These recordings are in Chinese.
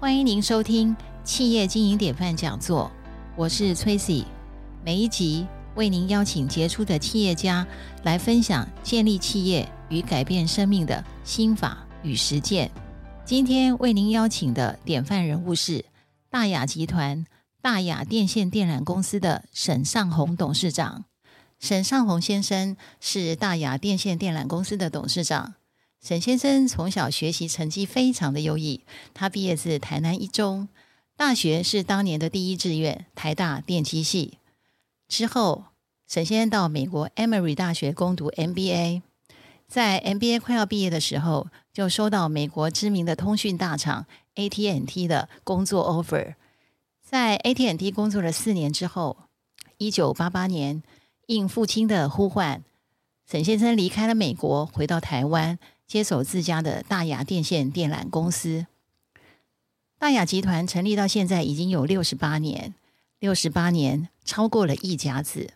欢迎您收听企业经营典范讲座，我是 Tracy。每一集为您邀请杰出的企业家来分享建立企业与改变生命的心法与实践。今天为您邀请的典范人物是大雅集团大雅电线电缆公司的沈尚红董事长。沈尚红先生是大雅电线电缆公司的董事长。沈先生从小学习成绩非常的优异，他毕业自台南一中，大学是当年的第一志愿台大电机系。之后，沈先生到美国 Emory 大学攻读 MBA。在 MBA 快要毕业的时候，就收到美国知名的通讯大厂 AT&T 的工作 offer。在 AT&T 工作了四年之后，一九八八年，应父亲的呼唤，沈先生离开了美国，回到台湾，接手自家的大雅电线电缆公司。大雅集团成立到现在已经有六十八年，六十八年超过了一甲子。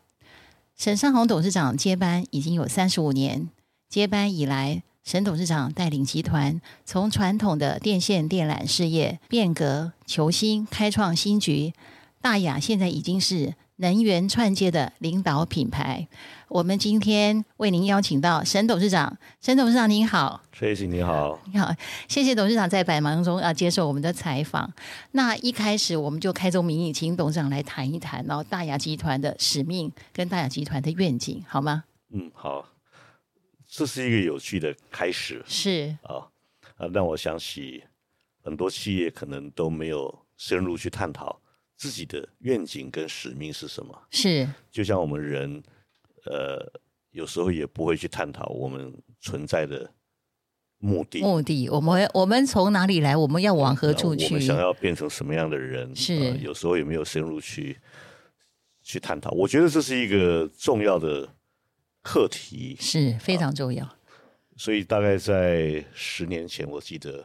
沈尚红董事长接班已经有三十五年，接班以来，沈董事长带领集团从传统的电线电缆事业变革、求新、开创新局。大雅现在已经是能源串接的领导品牌。我们今天为您邀请到沈董事长，沈董事长您好。 Tracy 你好，你好，谢谢董事长在百忙中啊接受我们的采访。那一开始我们就开宗明义，请董事长来谈一谈，然后大雅集团的使命跟大雅集团的愿景，好吗？嗯好，这是一个有趣的开始是啊啊，让我想起很多企业可能都没有深入去探讨自己的愿景跟使命是什么。是就像我们人，呃，有时候也不会去探讨我们存在的目的，目的，我们会我们从哪里来，我们要往何呃处我去们？想要变成什么样的人，是呃有时候也没有深入去去探讨。我觉得这是一个重要的课题。是非常重啊要。所以大概在十年前，我记得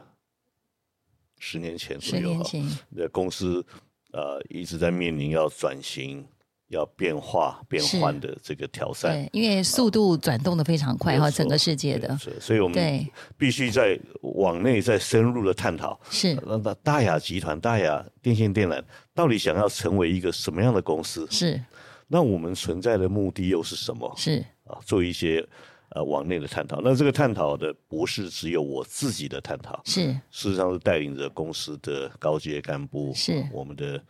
十年前左十右年哈，前那公司呃一直在面临要转型、要变化、变换的这个挑战。对，因为速度转动的非常快没哈，有错嗯整个世界的所以所以我们对必须在往内再深入的探讨。是那那大雅集团、大雅电线电缆到底想要成为一个什么样的公司？是那我们存在的目的又是什么？是啊，做一些呃往内的探讨。那这个探讨的不是只有我自己的探讨，是事实上是带领着公司的高阶干部，是我们的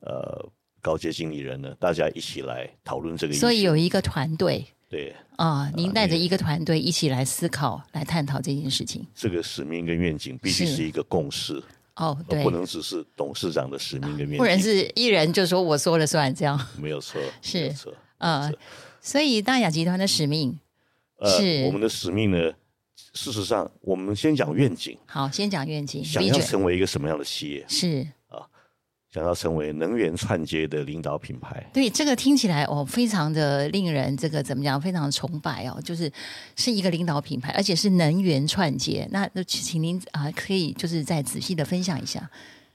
呃高阶经理人呢，大家一起来讨论这个议题。所以有一个团队对啊，您带着因为一个团队一起来思考、来探讨这件事情。这个使命跟愿景必须是是一个共识，哦，对，啊不能只是董事长的使命跟愿景，不然是一人就说我说了算这样。没有错，是没有错。呃，所以大雅集团的使命，是呃我们的使命呢？事实上，我们先讲愿景，好，先讲愿景，想 vision 要成为一个什么样的企业？是想要成为能源串接的领导品牌，对这个听起来哦，非常的令人这个怎么讲，非常崇拜哦，就是是一个领导品牌，而且是能源串接。那就请您啊、可以就是再仔细的分享一下。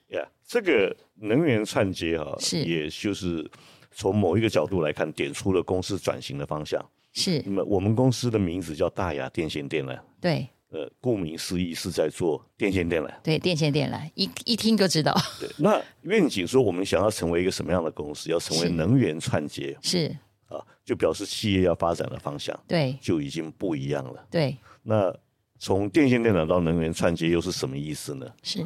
Yeah，这个能源串接哈、是也就是从某一个角度来看，点出了公司转型的方向。是那么我们公司的名字叫大雅电线电缆，对呃，顾名思义是在做电线电缆。对，电线电缆一一听就知道 对，那愿景说我们想要成为一个什么样的公司？要成为是能源串接是，啊，就表示企业要发展的方向对就已经不一样了。对那从电线电缆到能源串接又是什么意思呢？是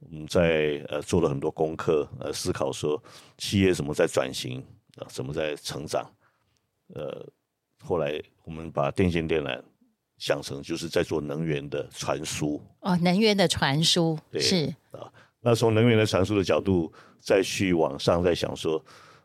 我们在呃做了很多功课，呃思考说企业怎么在转型啊、怎么在成长，呃，后来我们把电线电缆想成就是在做能源的传输哦，能源的传输对是啊。那从能源的传输的角度再去往上再想说，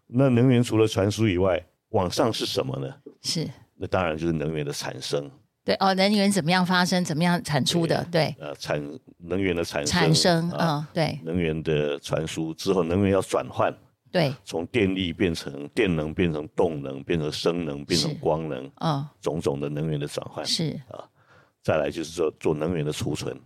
那能源除了传输以外，往上是什么呢？是那当然就是能源的产生，对哦，能源怎么样发生，怎么样产出的，对呃，产能源的产生，产生，啊，嗯，对能源的传输之后，能源要转换，对，从电力变成电能，变成动能，变成生能，变成是光能，嗯，种种的能源的转换。是再来就是说做能源的储存，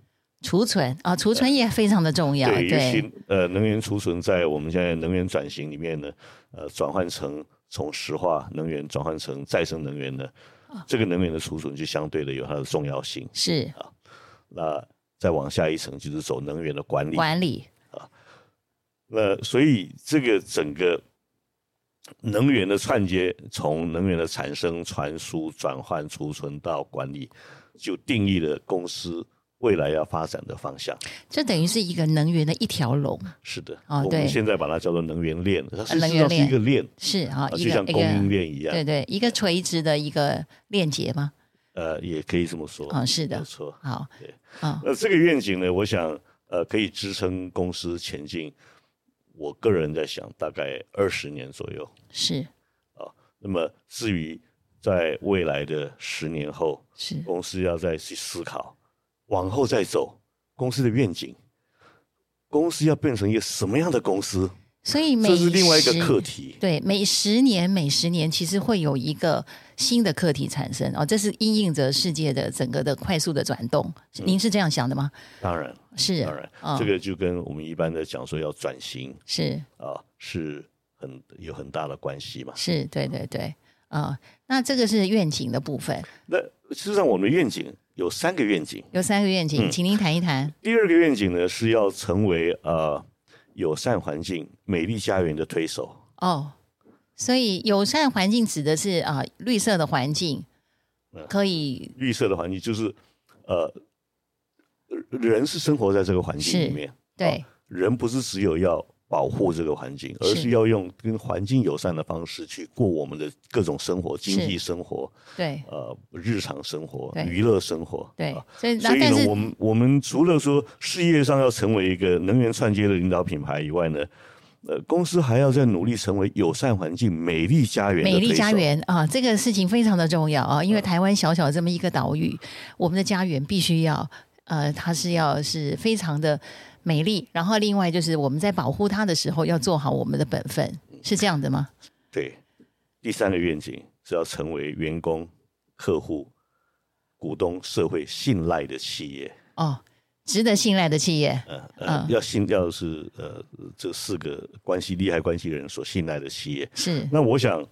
储存啊、储存也非常的重要，对，尤对其呃能源储存在我们现在能源转型里面呢，呃转换成从石化能源转换成再生能源呢，哦这个能源的储存就相对的有它的重要性。是那再往下一层就是走能源的管理，管理那所以这个整个能源的串接，从能源的产生、传输、转换、储存到管理，就定义了公司未来要发展的方向。这等于是一个能源的一条龙，是的，哦我对呃们现在把它叫做能源链，它实能际源上是一链个链，是啊，啊一就个像一供应个链一样对。对，一个垂直的一个链接嘛。呃，也可以这么说。啊是的没错。好对，啊，那这个愿景呢，我想呃可以支撑公司前进。我个人在想，大概二十年左右。是那么至于在未来的十年后，是公司要再去思考，往后再走公司的愿景，公司要变成一个什么样的公司，所以每这是另外一个十课题。对，每十年每十年其实会有一个新的课题产生哦，这是因应着世界的整个的快速的转动。您是这样想的吗？当然，是，嗯当然，嗯这个就跟我们一般的讲说要转型是啊，是很有很大的关系嘛。是，对对对，啊、那这个是愿景的部分，那事实上，我们的愿景有三个愿景。有三个愿嗯景，请您谈一谈。第二个愿景呢，是要成为呃友善环境、美丽家园的推手。哦，所以友善环境指的是啊、绿色的环境，嗯可以绿色的环境就是呃，人是生活在这个环境里面，对人不是只有要保护这个环境，而是是要用跟环境友善的方式去过我们的各种生活、经济生活、对呃日常生活对、娱乐生活。对啊，所以所那以但呢，是我们我们除了说事业上要成为一个能源串接的领导品牌以外呢，呃，公司还要在努力成为友善环境、美丽家园的美丽推手嗯家。园啊，这个事情非常的重要啊，因为台湾小小这么一个岛屿，我们的家园必须要呃，它是要是非常的美丽。然后另外就是我们在保护它的时候，要做好我们的本分，是这样的吗？对，第三个愿景是要成为员工、客户、股东、社会信赖的企业。哦，值得信赖的企业呃呃，嗯要信要是呃这四个关系利害关系人所信赖的企业。是那我想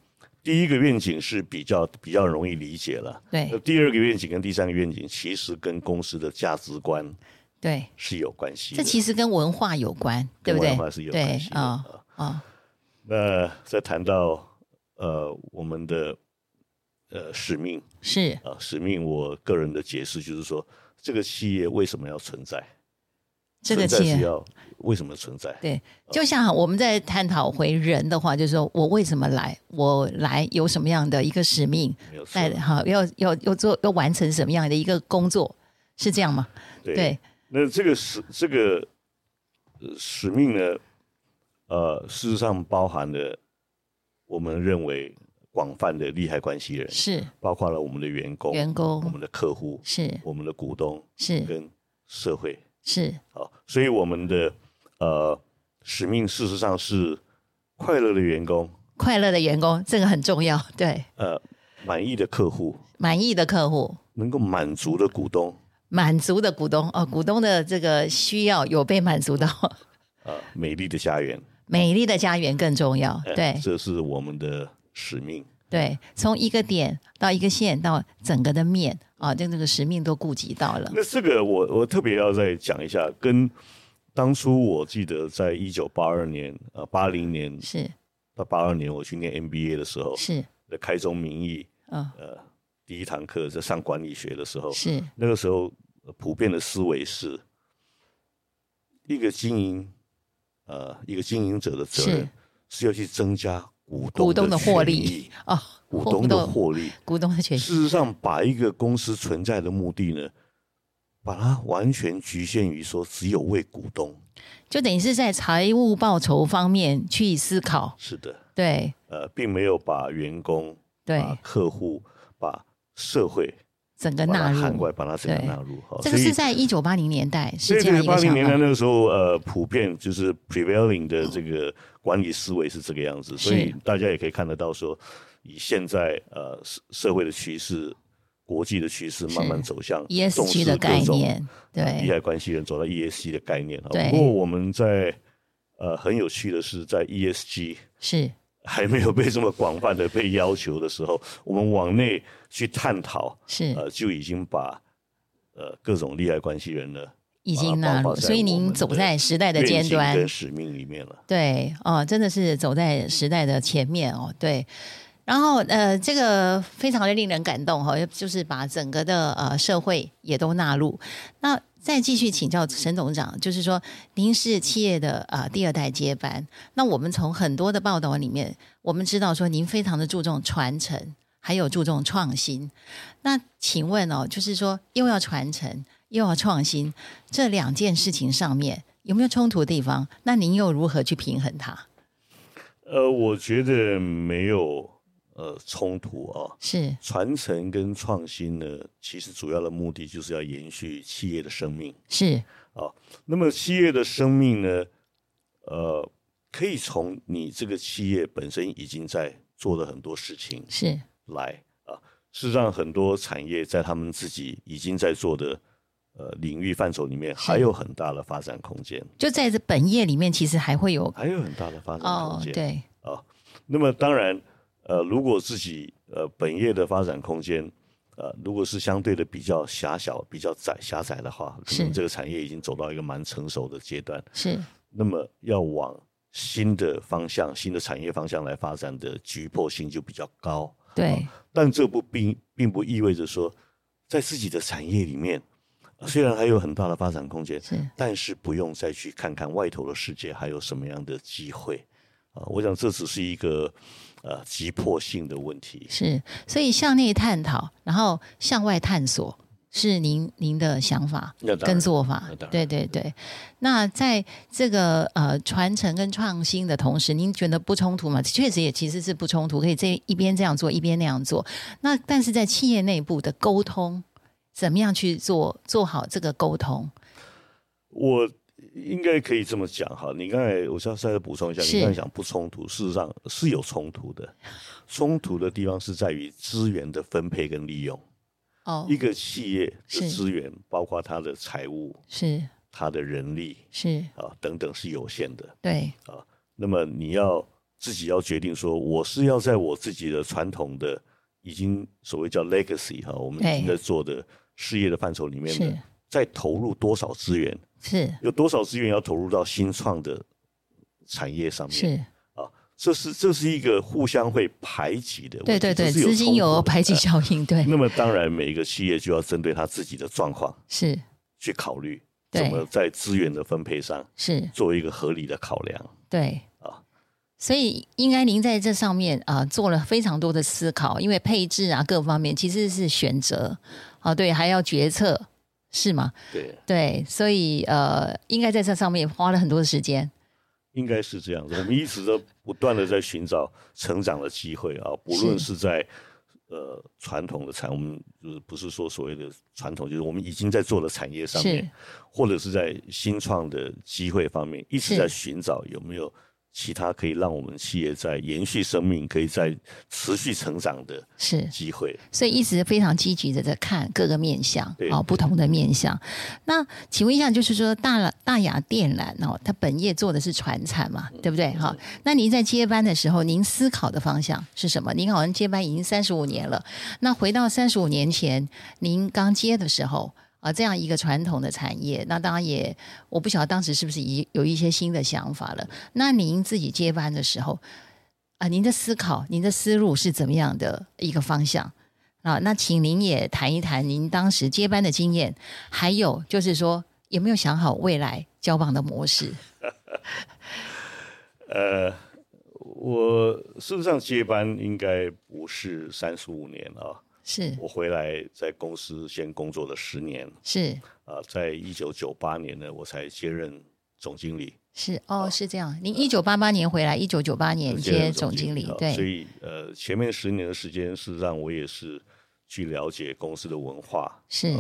第一个愿景是比较比较容易理解了。那对第二个愿景跟第三个愿景其实跟公司的价值观对，是有关系的，这其实跟文化有关，对跟不对文化？是有关对系的。啊呃啊那再谈到呃我们的呃使命，是啊，使命我个人的解释就是说，这个企业为什么要存在？这个存企在呃是业。要为什么存在？对，就像我们在探讨回人的话，就是说我为什么来，我来有什么样的一个使命，没有错在，好要要要做要完成什么样的一个工作，是这样吗？对。对，那这个使这个呃使命呢，呃，事实上包含了我们认为广泛的利害关系人，是包括了我们的员工、员我工，们的客户、是我们的股东是跟社会。是好，所以我们的呃使命事实上是快乐的员工，快乐的员工，这个很重要。对，呃，满意的客户，满意的客户，能够满足的股东，满足的股东哦，股东的这个需要有被满足到，呃，美丽的家园，美丽的家园更重要。呃对这是我们的使命。对，从一个点到一个线到整个的面啊，就那个使命都顾及到了。那这个我我特别要再讲一下，跟当初我记得在一九八二年呃八零年是到八二年我去念 MBA 的时候，是，在开宗明义呃嗯、第一堂课在上管理学的时候，是那个时候呃普遍的思维是，一个经营呃一个经营者的责任是要去增加股东股东的获利权益哦，股东的获利。股东的权益事实上，把一个公司存在的目的呢，把它完全局限于说只有为股东。就等于是在财务报酬方面去思考。是的，对呃，并没有把员工、对，把客户、把社会整个把纳它涵入盖，把它整个对纳入。好这个所以是在一九八零年代是所以这这个样一八个零想年代法。那个时候，呃，普遍就是 prevailing 的这个管理思维是这个样子，所以是大家也可以看得到说，以现在呃社社会的趋势、国际的趋势慢慢走向 ESG E 的概念，利对害关系人走到 ESG 的概念啊。对不过我们在呃很有趣的是，在 ESG 是还没有被这么广泛的被要求的时候，我们往内去探讨，是呃呃，就已经把呃各种利害关系人呢已把它经纳包入，括在所以我您们走的在时代的愿尖景端，跟使命里面了。对哦，真的是走在时代的前面哦，对。然后呃，这个非常的令人感动哈、哦， 就是把整个的呃社会也都纳入。那再继续请教沈董事长，就是说您是企业的呃第二代接班，那我们从很多的报道里面，我们知道说您非常的注重传承，还有注重创新。那请问哦，就是说又要传承又要创新这两件事情上面有没有冲突的地方？那您又如何去平衡它？呃，我觉得没有呃冲突啊。是传承跟创新呢，其实主要的目的就是要延续企业的生命。是那么企业的生命呢，呃，可以从你这个企业本身已经在做的很多事情是来啊。事实上，很多产业在他们自己已经在做的呃领域范畴里面，还有很大的发展空间，就在这本业里面，其实还会有还有很大的发展空哦间。，对，啊。那么当然，呃，如果自己呃本业的发展空间，呃，如果是相对的比较狭小、比较窄、狭窄的话，可是能这个产业已经走到一个蛮成熟的阶段。是那么要往新的方向、新的产业方向来发展的局迫性就比较高。对，但这不并并不意味着说，在自己的产业里面，呃虽然还有很大的发展空间，是但是不用再去看看外头的世界还有什么样的机会啊、我想这只是一个呃急迫性的问题。是，所以向内探讨，然后向外探索，是您您的想法。那当跟然，做法那当，然对对对。那在这个呃传承跟创新的同时，您觉得不冲突吗？确实也其实是不冲突，可以这一边这样做，一边那样做。那但是在企业内部的沟通，怎么样去做做好这个沟通？我应该可以这么讲哈。你刚才我稍稍微补充一下，是你刚才讲不冲突，事实上是有冲突的。冲突的地方是在于资源的分配跟利用。哦一，个企业是的资源，包括它的财务、是它的人力是，啊等等，是有限的。对，那么你要自己要决定说，我是要在我自己的传统的已经所谓叫 legacy 哈，我们对已经在做的事业的范畴里面是呢，再投入多少资源，是有多少资源要投入到新创的产业上面？是，这是这是一个互相会排挤的问对题，对对，这是资金冲突有的呃排挤。效应，对， 那么当然，每一个企业就要针对他自己的状况是去考虑，对怎么在资源的分配上是，做一个合理的考量。对啊。所以，应该您在这上面啊、呃做了非常多的思考，因为配置啊各方面其实是选择啊，对，还要决策，是吗？对，对，所以呃，应该在这上面花了很多时间。应该是这样子。我们一直都不断的在寻找成长的机会啊，不论是是在呃传统的产，我们就是不是说所谓的传统，就是我们已经在做的产业上面是，或者是在新创的机会方面，一直是在寻找有没有其他可以让我们企业在延续生命、可以在持续成长的是，机会。所以一直非常积极的在看各个面向对啊、不同的面向。那请问一下，就是说大大雅电缆哦，它本业做的是船产嘛，对不对？哈、那您在接班的时候，您思考的方向是什么？您好像接班已经三十五年了，那回到三十五年前，您刚接的时候。啊，这样一个传统的产业，那当然也，我不晓得当时是不是已有一些新的想法了。那您自己接班的时候，啊，您的思考、您的思路是怎么样的一个方向？啊，那请您也谈一谈您当时接班的经验，还有就是说有没有想好未来交棒的模式？呃，我事实上接班应该不是三十五年啊，是我回来在公司先工作了十年。是啊、在一九九八年呢，我才接任总经理，是，哦，是这样。您一九八八年回来，一九九八年接任总经理啊，所对，以呃，前面十年的时间，事实上我也是去了解公司的文化，是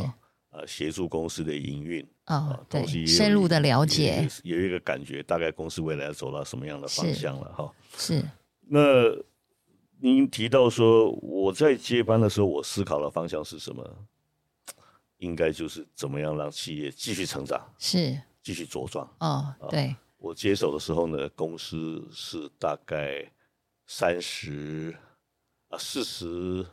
呃，协助公司的营运，啊哦，，同时也对，有深入的了解也有也有一个感觉，大概公司未来要走到什么样的方是向了哈。是那您提到说我在接班的时候，我思考的方向是什么？应该就是怎么样让企业继续成长、是继续茁壮。哦，对，我接手的时候呢，公司是大概三十啊四十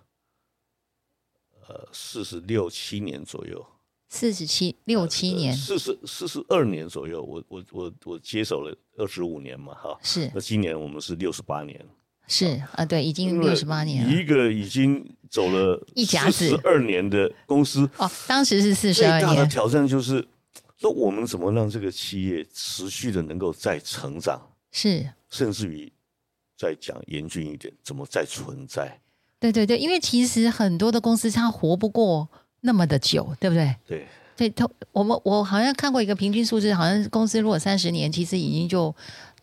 呃四十六七年左右呃四十七六七年四十四十二年左右，我我我我接手了二十五年嘛，哈，是那今年我们是六十八年，是啊，对，已经六十八年了一个已经走了 一甲子十二年的公司，哦，当时是四十最二大的年，挑战就是，那我们怎么让这个企业持续的能够再成长，是甚至于再讲严峻一点，怎么再存在？对对对，因为其实很多的公司它活不过那么的久，对不对？对，对，它我们我好像看过一个平均数字，好像公司如果三十年，其实已经就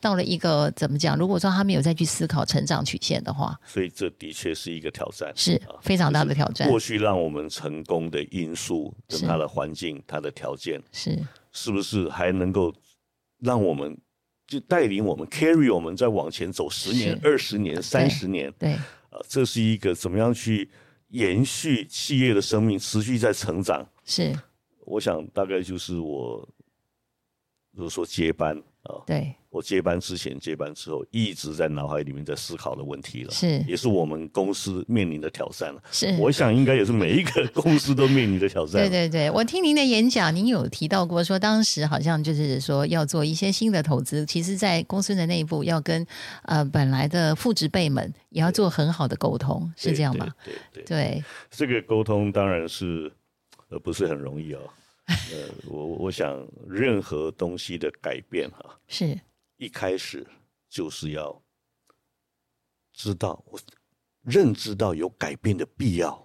到了一个怎么讲？如果说他没有再去思考成长曲线的话，所以这的确是一个挑战。是啊非常大的挑战过。去让我们成功的因素，跟是它的环境、它的条件，是是不是还能够让我们就带领我们 carry 我们再往前走十年、是二十年、三十年？对，啊，这是一个怎么样去延续企业的生命，持续在成长。是我想大概就是我，如果说接班啊，对，我接班之前、接班之后，一直在脑海里面在思考的问题了，是也是我们公司面临的挑战了。是。我想应该也是每一个公司都面临的挑战。对对对，我听您的演讲，您有提到过说，当时好像就是说要做一些新的投资，其实，在公司的内部要跟呃本来的父职辈们也要做很好的沟通，是这样吗？对对对，对，这个沟通当然是呃不是很容易哦。呃，我我想任何东西的改变哈、是一开始就是要知道，我认知到有改变的必要。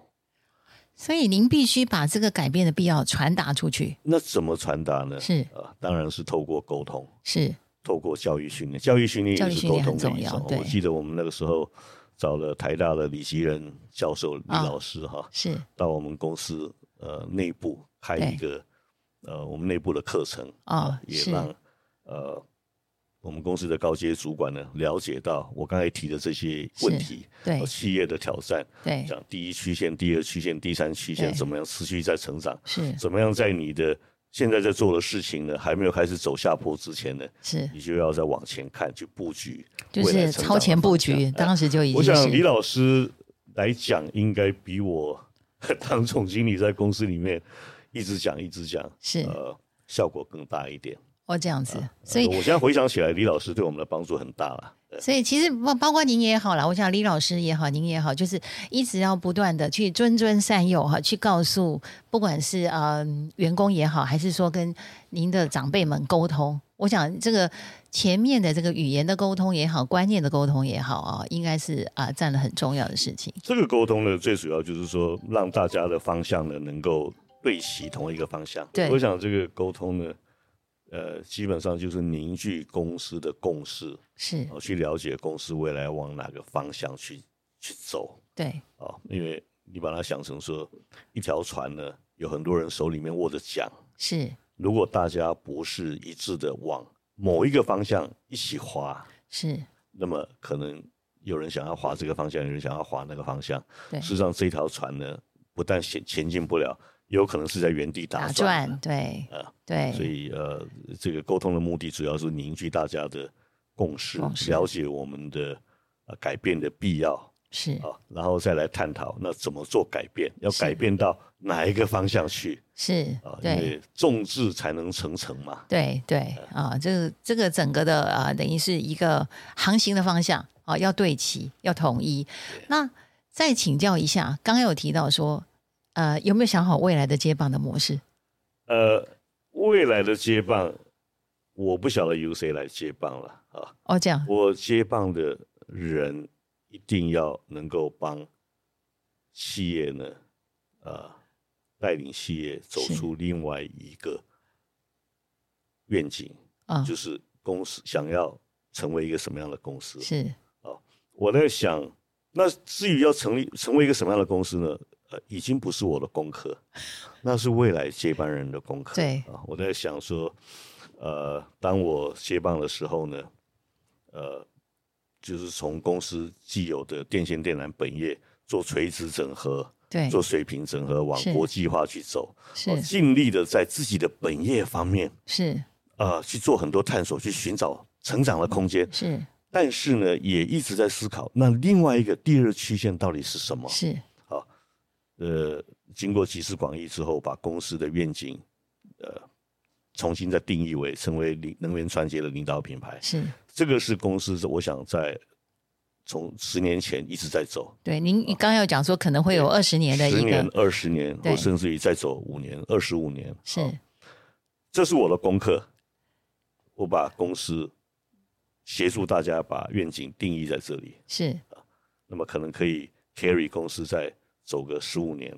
所以您必须把这个改变的必要传达出去，那怎么传达呢？是啊，当然是透过沟通，是透过教育训练。教育训练也是沟通的教育训一练很种重要。对我记得我们那个时候找了台大的李吉仁教授、李啊老师哈、是到我们公司呃内部开对一个呃我们内部的课程，哦，啊也是让呃我们公司的高阶主管呢了解到我刚才提的这些问题，对呃企业的挑战，对讲第一曲线、第二曲线、第三曲线对怎么样持续在成长，是怎么样在你的现在在做的事情呢还没有开始走下坡之前呢，是，你就要再往前看去布局，就未来是成长超的前布方向局，哎当时就已我经想李是老师来讲，应该比我 当总经理在公司里面一直讲一直讲，是呃，效果更大一点。哦这样子，所以呃我现在回想起来，李老师对我们的帮助很大了。所以其实包包括您也好啦，我想李老师也好，您也好，就是一直要不断的去谆谆善诱哈，去告诉不管是呃员工也好，还是说跟您的长辈们沟通，我想这个前面的这个语言的沟通也好，观念的沟通也好啊，应该是啊、占了很重要的事情。这个沟通呢，最主要就是说让大家的方向呢能够对齐同一个方向。对我想这个沟通呢，呃，基本上就是凝聚公司的共识，是哦，去了解公司未来往哪个方向去去走。对，啊，因为你把它想成说一条船呢，有很多人手里面握着桨，是如果大家不是一致的往某一个方向一起划，是，那么可能有人想要划这个方向，有人想要划那个方向，对事，实上这条船呢，不但前前进不了，有可能是在原地打打转转，的。对啊，对，所以呃，这个沟通的目的主要是凝聚大家的共识，共识了解我们的、呃、改变的必要。是啊，然后再来探讨那怎么做改变，要是改变到哪一个方向去是啊？因对。为呃众志才能成城嘛。对对啊，这个这个整个的啊，等于是一个航行的方向啊，要对齐，要统一。那再请教一下，刚刚有提到说，呃，有没有想好未来的接棒的模式？呃，未来的接棒，我不晓得由谁来接棒了啊。哦，这样我接棒的人一定要能够帮企业呢，啊，带领企业走是出另外一个愿景，啊，就是公司想要成为一个什么样的公司。是我在想，那至于要成立成为一个什么样的公司呢？呃，已经不是我的 功课，那是未来接班人的功课。对啊，我在想说，呃，当我接棒的时候呢，呃，就是从公司既有的电线电缆本业做垂直整合，对，做水平整合，往是国际化去走，哦是尽力的在自己的本业方面，是呃，去做很多探索，去寻找成长的空间。是但是呢，也一直在思考，那另外一个第二曲线到底是什么？是呃，经过集思广益之后，把公司的愿景，呃，重新再定义为成为领能源传接的领导品牌。是这个是公司，我想在从十年前一直在走，对。您你刚要讲说可能会有二十年的啊十一年、个，二十年，对或甚至于再走五年、二十五年。好是这是我的功课。我把公司协助大家把愿景定义在这里，是那么可能可以 carry 公司再走个十五年。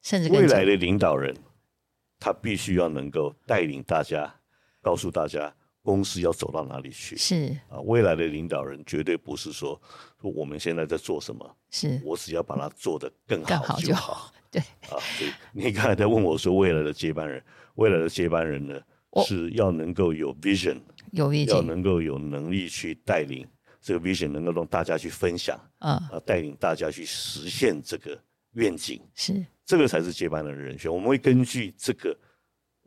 甚至更未久来的领导人，他必须要能够带领大家，告诉大家公司要走到哪里去是啊！未来的领导人绝对不是说说我们现在在做什么，是我只要把它做得更更好好就就好。对啊，所以你刚才在问我说，未来的接班人，未来的接班人呢我，是要能够有 vision，有意要境，能够有能力去带领这个 vision，能够让大家去分享嗯，啊，带领大家去实现这个愿景。是这个才是接班人的人选。我们会根据这个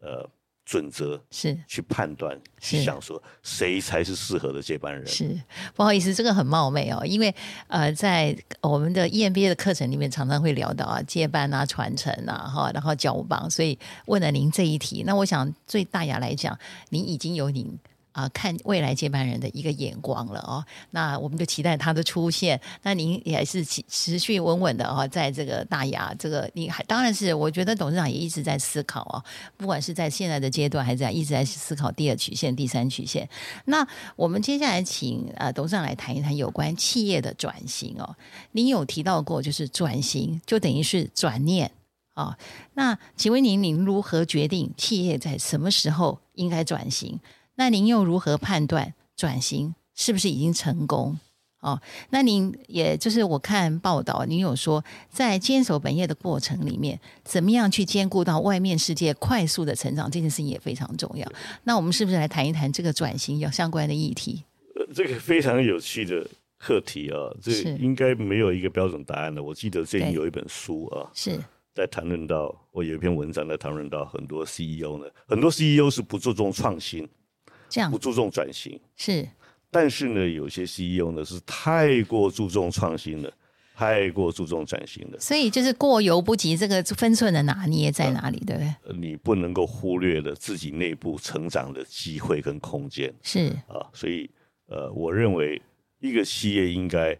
呃准则是。去判断，是去想说谁才是适合的接班人。是，不好意思，这个很冒昧哦，因为呃，在我们的 E EMBA 的课程里面，常常会聊到啊接班啊、传承啊，哈，然后交棒，所以问了您这一题，那我想对大雅来讲，您已经有您。啊、看未来接班人的一个眼光了哦，那我们就期待他的出现。那您也是持持续稳稳的哦，在这个大雅这个，你还当然是我觉得董事长也一直在思考哦，不管是在现在的阶段，还是在一直在思考第二曲线、第三曲线。那我们接下来请呃董事长来谈一谈有关企业的转型哦。您有提到过，就是转型就等于是转念哦。那请问您，您如何决定企业在什么时候应该转型？那您又如何判断转型是不是已经成功？哦，那您也就是我看报道，您有说在坚守本业的过程里面，怎么样去兼顾到外面世界快速的成长这件事情也非常重要。那我们是不是来谈一谈这个转型有相关的议题？呃这个非常有趣的课题啊，这是应该没有一个标准答案的。我记得最近对有一本书啊，是在谈论到我有一篇文章在谈论到很多 CEO 呢，很多 CEO 是不注重创新，这样不，注重转型，是但是呢，有些 CEO 呢是太过注重创新了，太过注重转型了。所以就是过犹不及，这个分寸的拿捏在哪里，对不对？呃你不能够忽略了自己内部成长的机会跟空间是啊。所以，呃，我认为一个企业应该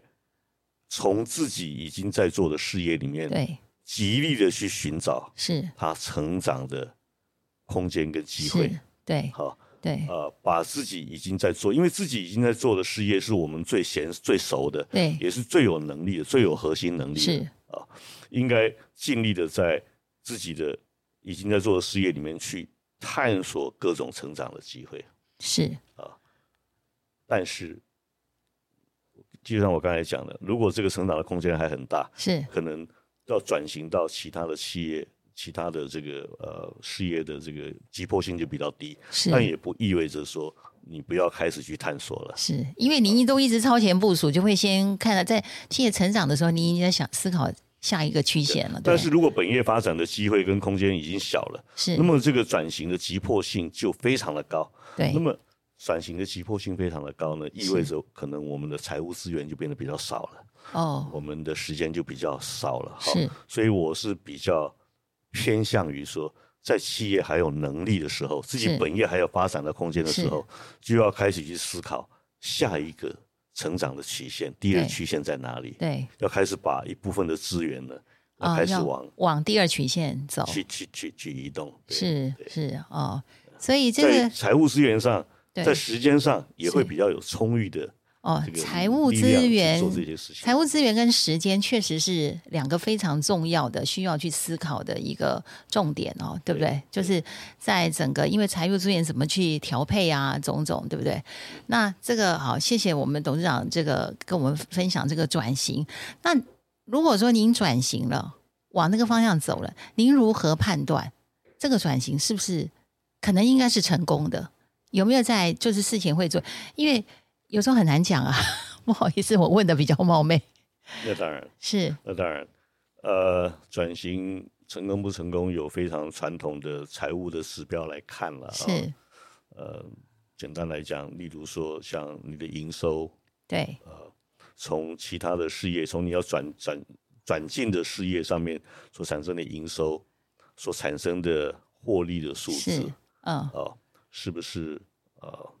从自己已经在做的事业里面，对，极力的去寻找是它成长的空间跟机会是。，对好，对呃，把自己已经在做，因为自己已经在做的事业是我们最娴最熟的，对也是最有能力的、最有核心能力的。是应该尽力的在自己的已经在做的事业里面去探索各种成长的机会。是但是，就像我刚才讲的，如果这个成长的空间还很大，是可能要转型到其他的企业、其他的这个呃事业的这个急迫性就比较低，但是也不意味着说你不要开始去探索了。是，因为您都一直超前部署，就会先看到在企业成长的时候，您已经在想思考下一个曲线了，对但不是对，如果本业发展的机会跟空间已经小了，是那么这个转型的急迫性就非常的高。那对么转型的急迫性非常的高呢，意是味着可能我们的财务资源就变得比较少了，哦，我们的时间就比较少了。哈是，所以我是比较偏向于说，在企业还有能力的时候，自己是本业还有发展的空间的时候，就要开始去思考下一个成长的曲线，第二对曲线在哪里？对要开始把一部分的资源呢，要啊，开始要往往第二曲线走，去去去去移动。对是对是哦，所以这在个财务资源上，对在时间上也会是比较有充裕的哦这，个财务力资量去源做这些事情。财务资源跟时间确实是两个非常重要的、需要去思考的一个重点哦，对不对？就是在整个因为财务资源怎么去调配啊，种种，对不对？那这个好，谢谢我们董事长这个跟我们分享这个转型。那如果说您转型了，往那个方向走了，您如何判断这个转型是不是可能应该是成功的？有没有在就是事前会做？因为有时候很难讲啊， 不好意思，我问的比较冒昧。那当然，是那当然，呃，转型成功不成功，有非常传统的财务的指标来看了、啊。是，，呃，简单来讲，例如说像你的营收，对，从其他的事业，从你要转转转进的事业上面所产生的营收，所产生的获利的数字是，嗯啊、是不是呃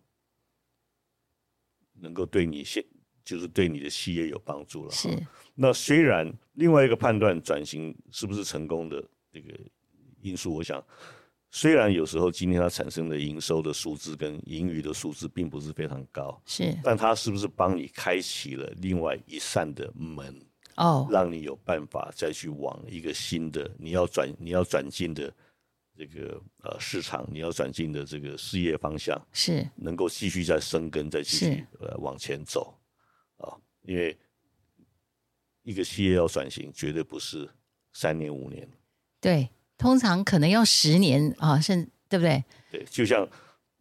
能够对你现就是对你的企业有帮助了？哈是那虽然另外一个判断转型是不是成功的这个因素，我想虽然有时候今天它产生的营收的数字跟盈余的数字并不是非常高，是但它是不是帮你开启了另外一扇的门，哦让你有办法再去往一个新的你要转你要转进的这个呃市场，你要转进的这个事业方向，是能够继续再生根，再继续是呃往前走啊，因为一个企业要转型，绝对不是三年五年。对，通常可能要十年啊，甚对不对？对，就像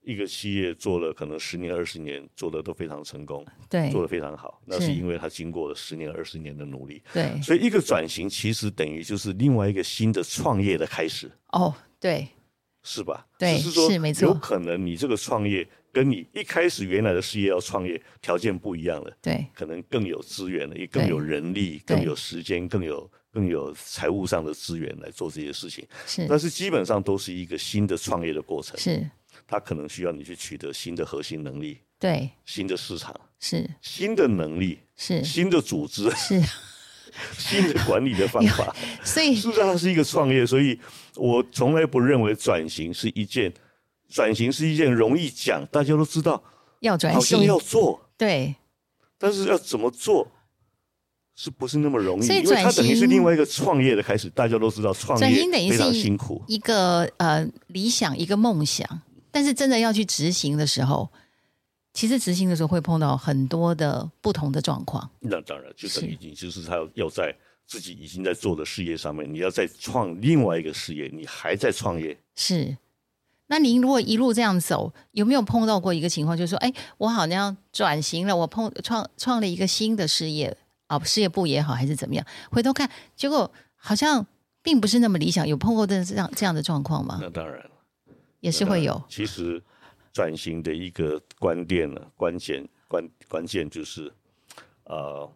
一个企业做了可能十年、二十年，做的都非常成功，对做的非常好，那是是因为它经过了十年、二十年的努力。对所以，一个转型其实等于就是另外一个新的创业的开始，哦对是吧？对只是说是没错有可能你这个创业跟你一开始原来的事业要创业条件不一样了。对可能更有资源了，也更有人力，对更有时间，更有更有财务上的资源来做这些事情。是但是基本上都是一个新的创业的过程，是，它可能需要你去取得新的核心能力、对新的市场、是新的能力、是新的组织、 是， 新的管理的方法。所以事实上， 它是一个创业，所以我从来不认为转型是一件转型是一件容易讲，大家都知道，要转好像型要做，对但是要怎么做，是不是那么容易？所以因为它转型等于是另外一个创业的开始。大家都知道，创转业型等于非是常一辛苦。一个呃理想一个梦想，但是真的要去执行的时候，其实执行的时候会碰到很多的不同的状况，那当然，就等于是你就是他要要在自己已经在做的事业上面，你要再创另外一个事业，你还在创业，是。那您如果一路这样走，有没有碰到过一个情况，就是说，哎，我好像转型了，我碰创创了一个新的事业啊，事业部也好，还是怎么样？回头看，结果好像并不是那么理想。有碰过这这样这样的状况吗？那当然也是会有，其实转型的一个关键呢，关键关关键就是，呃，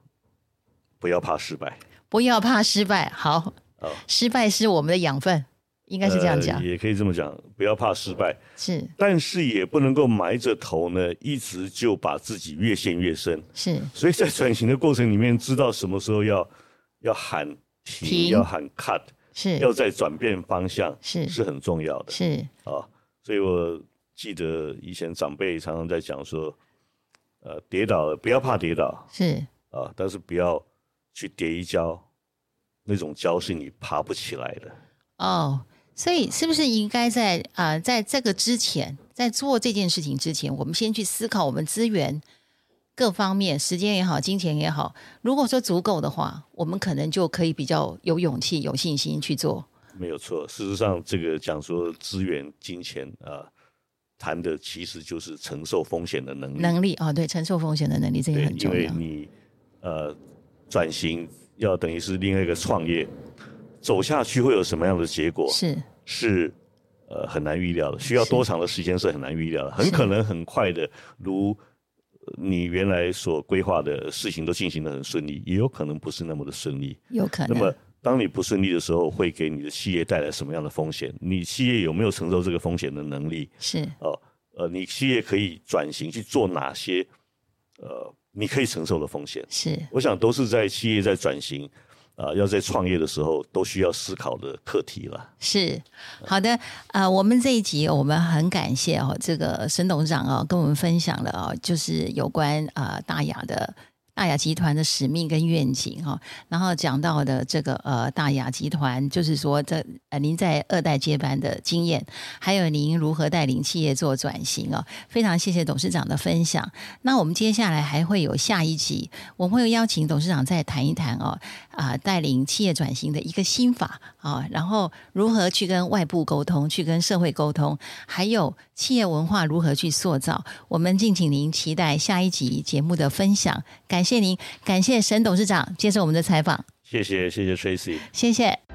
不要怕失败。不要怕失败，好，哦失败是我们的养分，应该是这样讲，呃也可以这么讲，不要怕失败。是但是也不能够埋着头呢，一直就把自己越陷越深。是所以在转型的过程里面，知道什么时候要要喊停，停要喊 cut，是要再转变方向是是很重要的是啊。所以我记得以前长辈常常在讲说，呃，跌倒了不要怕跌倒是啊，但是不要去跌一跤，那种跤是你爬不起来的。哦，所以是不是应该在啊、呃在这个之前，在做这件事情之前，我们先去思考我们资源各方面，时间也好，金钱也好，如果说足够的话，我们可能就可以比较有勇气、有信心去做，没有错，事实上，这个讲说资源、金钱啊、呃谈的其实就是承受风险的能力。能力啊、哦，对，承受风险的能力，这也嗯对很，因重为要，你呃转型要等于是另外一个创业，走下去会有什么样的结果是是呃很难预料的，需要多长的时间是很难预料的，很可能很快的，如呃你原来所规划的事情都进行的很顺利，也有可能不是那么的顺利。有可那么能，，当你不顺利的时候，会给你的企业带来什么样的风险？你企业有没有承受这个风险的能力？是哦，呃，你企业可以转型去做哪些？呃，你可以承受的风险，是我想都是在企业在转型啊、要在创业的时候都需要思考的课题了。是，好的，呃，我们这一集我们很感谢哦，这个沈董事长哦，跟我们分享了哦，就是有关呃大雅的。大雅集团的使命跟愿景哈、哦，然后讲到的这个呃大雅集团，就是说这呃您在二代接班的经验，还有您如何带领企业做转型哦，非常谢谢董事长的分享。那我们接下来还会有下一集，我们会邀请董事长再谈一谈哦，啊、带领企业转型的一个心法啊、然后如何去跟外部沟通，去跟社会沟通，还有企业文化如何去塑造。我们敬请您期待下一集节目的分享。感谢您，感谢沈董事长接受我们的采访，谢谢，谢谢 Tracy。谢谢。